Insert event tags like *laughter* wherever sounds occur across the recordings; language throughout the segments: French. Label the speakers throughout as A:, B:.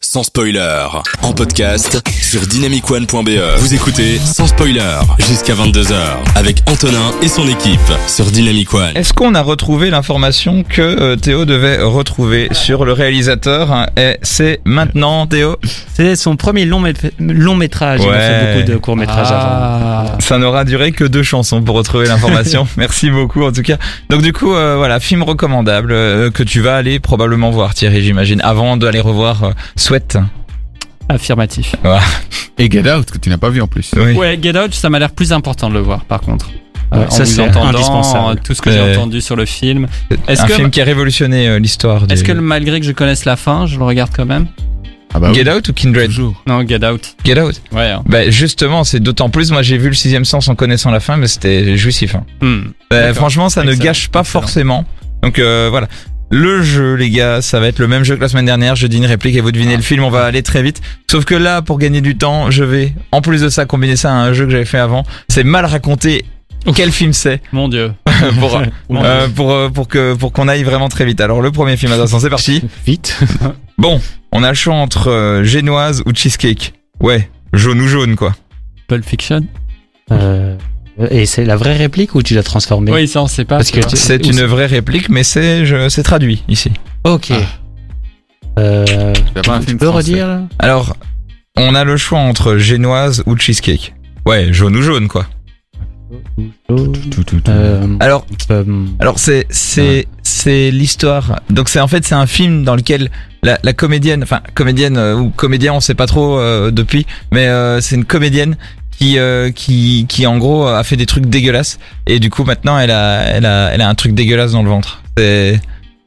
A: sans spoiler. En podcast sur dynamicone.be. E. Vous écoutez sans spoiler jusqu'à 22h avec Antonin et son équipe sur Dynamic One.
B: Est-ce qu'on a retrouvé l'information que euh, Théo devait retrouver sur le réalisateur hein, Et c'est maintenant, Théo.
C: C'était son premier long, mét- long métrage. Il a
B: Ouais.
C: fait beaucoup de courts métrages avant.
B: Ça n'aura duré que deux chansons pour retrouver l'information.
C: *laughs*
B: Merci beaucoup en tout cas. Donc du coup, euh, voilà, film recommandable euh, que tu vas aller probablement voir Thierry, j'imagine, avant d'aller revoir euh, Sweat.
C: Affirmatif.
D: Et Get Out, que tu n'as pas vu en plus.
B: Oui.
C: Ouais, Get Out, ça m'a l'air plus important de le voir par contre. Euh,
B: Ouais,
C: en
B: ça,
C: vous
B: c'est
C: entendant,
B: indispensable.
C: Tout ce que
B: Euh,
C: j'ai entendu sur le film. Est-ce
B: un
C: que-
B: film qui a révolutionné euh, l'histoire. du-
C: Est-ce que le- malgré que je connaisse la fin, je le regarde quand même
D: Ah bah oui,
B: Get Out ou Kindred
D: toujours.
C: Non, Get Out.
B: Get Out.
C: Ouais. hein.
B: Bah justement, c'est d'autant plus. Moi, j'ai vu le sixième sens en connaissant la fin, mais c'était jouissif. hein.
C: Hmm.
B: Bah,
C: D'accord.
B: franchement, ça ne
C: Excellent.
B: gâche pas
C: Excellent.
B: forcément. Donc euh, voilà. Le jeu, les gars, ça va être le même jeu que la semaine dernière. Je dis une réplique et vous devinez le film. On va aller très vite. Sauf que là, pour gagner du temps, je vais, en plus de ça, combiner ça à un jeu que j'avais fait avant. C'est mal raconté. Quel film c'est
C: Mon Dieu.
B: *laughs* pour,
C: *laughs* Mon
B: euh,
C: Dieu.
B: pour, euh, pour que pour qu'on aille vraiment très vite. Alors le premier film à l'instant, c'est parti.
D: Vite.
B: Bon, on a le choix entre euh, génoise ou cheesecake. Ouais, jaune ou jaune quoi.
C: Pulp Fiction.
E: Euh, et c'est la vraie réplique ou tu l'as transformée
C: Oui, ça on sait pas.
E: Parce que
C: tu vois.
E: tu-
B: C'est
E: ou
B: une vraie réplique, mais c'est je- c'est traduit ici.
E: Ok.
D: Ah.
E: Euh,
D: T'as pas un
E: tu
D: film
E: peux
D: français.
E: redire là
B: Alors, on a le choix entre génoise ou cheesecake. Ouais, jaune ou jaune quoi.
D: Tout, tout, tout.
E: Euh,
B: Alors,
E: euh,
B: alors c'est c'est c'est l'histoire. Donc c'est en fait c'est un film dans lequel la, la comédienne, enfin comédienne euh, ou comédien, on sait pas trop euh, depuis, mais euh, c'est une comédienne qui euh, qui qui en gros a fait des trucs dégueulasses et du coup maintenant elle a elle a elle a un truc dégueulasse dans le ventre. C'est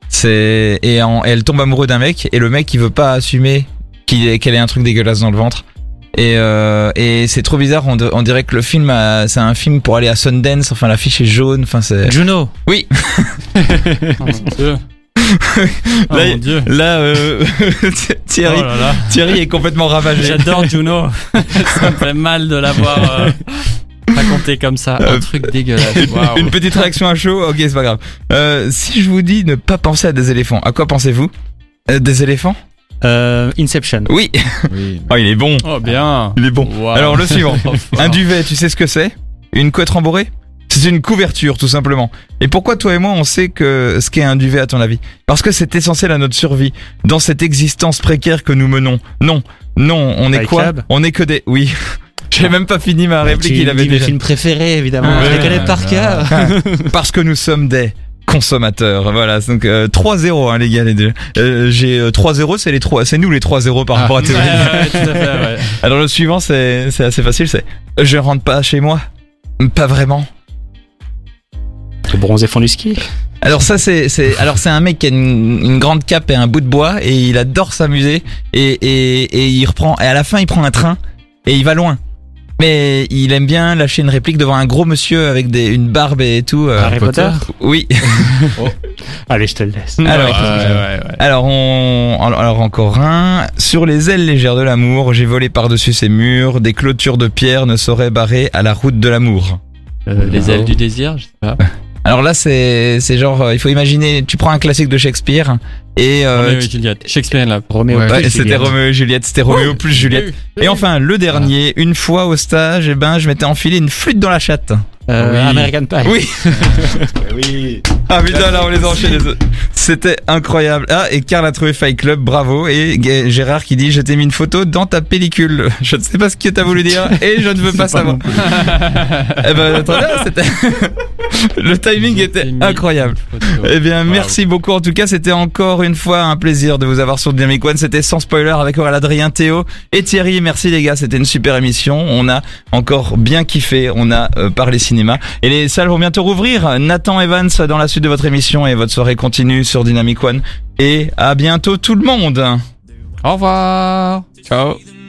B: c'est et en- elle tombe amoureuse d'un mec et le mec il veut pas assumer qu'il ait- qu'elle ait un truc dégueulasse dans le ventre. Et, euh, et c'est trop bizarre, on, di- on dirait que le film, a- c'est un film pour aller à Sundance, enfin l'affiche est jaune, enfin c'est...
C: Juno.
B: Oui.
C: *laughs* oh mon Dieu. Oh
B: *laughs* Là,
C: mon Dieu.
B: Là, euh, *laughs* Thierry,
C: Oh là là.
B: Thierry est complètement ravagé.
C: J'adore Juno. *laughs* ça me fait mal de l'avoir euh, raconté comme ça. Un
B: Euh,
C: truc dégueulasse.
B: Une-
C: Waouh.
B: Une petite réaction à chaud, ok, c'est pas grave. Euh, si je vous dis ne pas penser à des éléphants, à quoi pensez-vous Euh, Des éléphants
C: Euh, Inception.
B: Oui.
D: Oui.
B: Oh, il est bon.
C: Oh bien.
B: Il est bon.
C: Waouh.
B: Alors, le
C: *laughs*
B: suivant.
C: Oh, fort.
B: Un duvet, tu sais ce que c'est Une couette rembourrée C'est une couverture, tout simplement. Et pourquoi toi et moi, on sait que ce qu'est un duvet, à ton avis Parce que c'est essentiel à notre survie, dans cette existence précaire que nous menons. Non, non, on est
C: Fight
B: quoi
C: Club
B: On est que des... Oui. *laughs* J'ai même pas fini ma réplique,
E: tu
B: il avait
E: dis mes
B: Bah, déjà...
E: films préférés évidemment.
C: Ah,
E: je les
C: ouais,
E: connais par
D: là.
E: cœur.
B: Parce que nous sommes des consommateurs. Voilà, donc euh, 3-0 hein, les gars les deux. Euh, j'ai euh, 3-0, c'est les trois c'est nous les 3-0 par
D: Ah.
B: rapport à
C: Ouais,
B: tes
C: ouais, tout à fait, ouais.
B: Alors le suivant c'est c'est assez facile, c'est je rentre pas chez moi. Pas vraiment.
E: Le bronze et fond du ski.
B: Alors ça c'est c'est alors c'est un mec qui a une, une grande cape et un bout de bois et il adore s'amuser et, et et il reprend et à la fin il prend un train et il va loin. Mais il aime bien lâcher une réplique devant un gros monsieur avec des, une barbe et tout. euh,
E: Harry Potter.
B: oui.
E: Allez, je te le laisse.
B: Alors,
C: Ouais, ouais, ouais.
B: Alors, on... Alors encore un. Sur les ailes légères de l'amour, j'ai volé par-dessus ces murs, des clôtures de pierre ne sauraient barrer à la route de l'amour.
C: Euh, les ailes du désir, je sais
B: Euh,
C: pas.
B: Alors là, c'est c'est genre, euh, il faut imaginer, tu prends un classique de Shakespeare et... euh,
C: Roméo et
B: tu-
C: Ah, Juliette. Shakespeare là.
E: Roméo.
D: Ouais,
E: plus
B: Ouais,
E: Juliette.
B: c'était Roméo et Juliette, c'était Roméo plus Juliette. Et enfin, le dernier, une fois au stage, eh ben, je m'étais enfilé une flûte dans la chatte.
E: Euh,
D: Oui.
E: American Pie.
B: Oui. Ah putain, là on les enchaîne. les autres. C'était incroyable. Ah, et Karl a trouvé Fight Club, bravo. Et G- Gérard qui dit Je t'ai mis une photo dans ta pellicule. *laughs* Je ne sais pas ce que t'as voulu dire et je ne veux pas savoir. eh ben, attendez, c'était- Le timing
C: Je
B: était
C: t'ai mis
B: incroyable.
C: une photo.
B: Eh bien,
C: Bravo.
B: merci beaucoup. En tout cas, c'était encore une fois un plaisir de vous avoir sur Dynamic One. C'était sans spoiler avec Aurélien Adrien, Théo et Thierry. Merci les gars, c'était une super émission. On a encore bien kiffé. On a euh, parlé cinéma. Et les salles vont bientôt rouvrir. Nathan Evans dans la suite de votre émission et votre soirée continue sur Dynamic One. Et à bientôt tout le monde.
C: Au revoir. Ciao.
F: Did you see the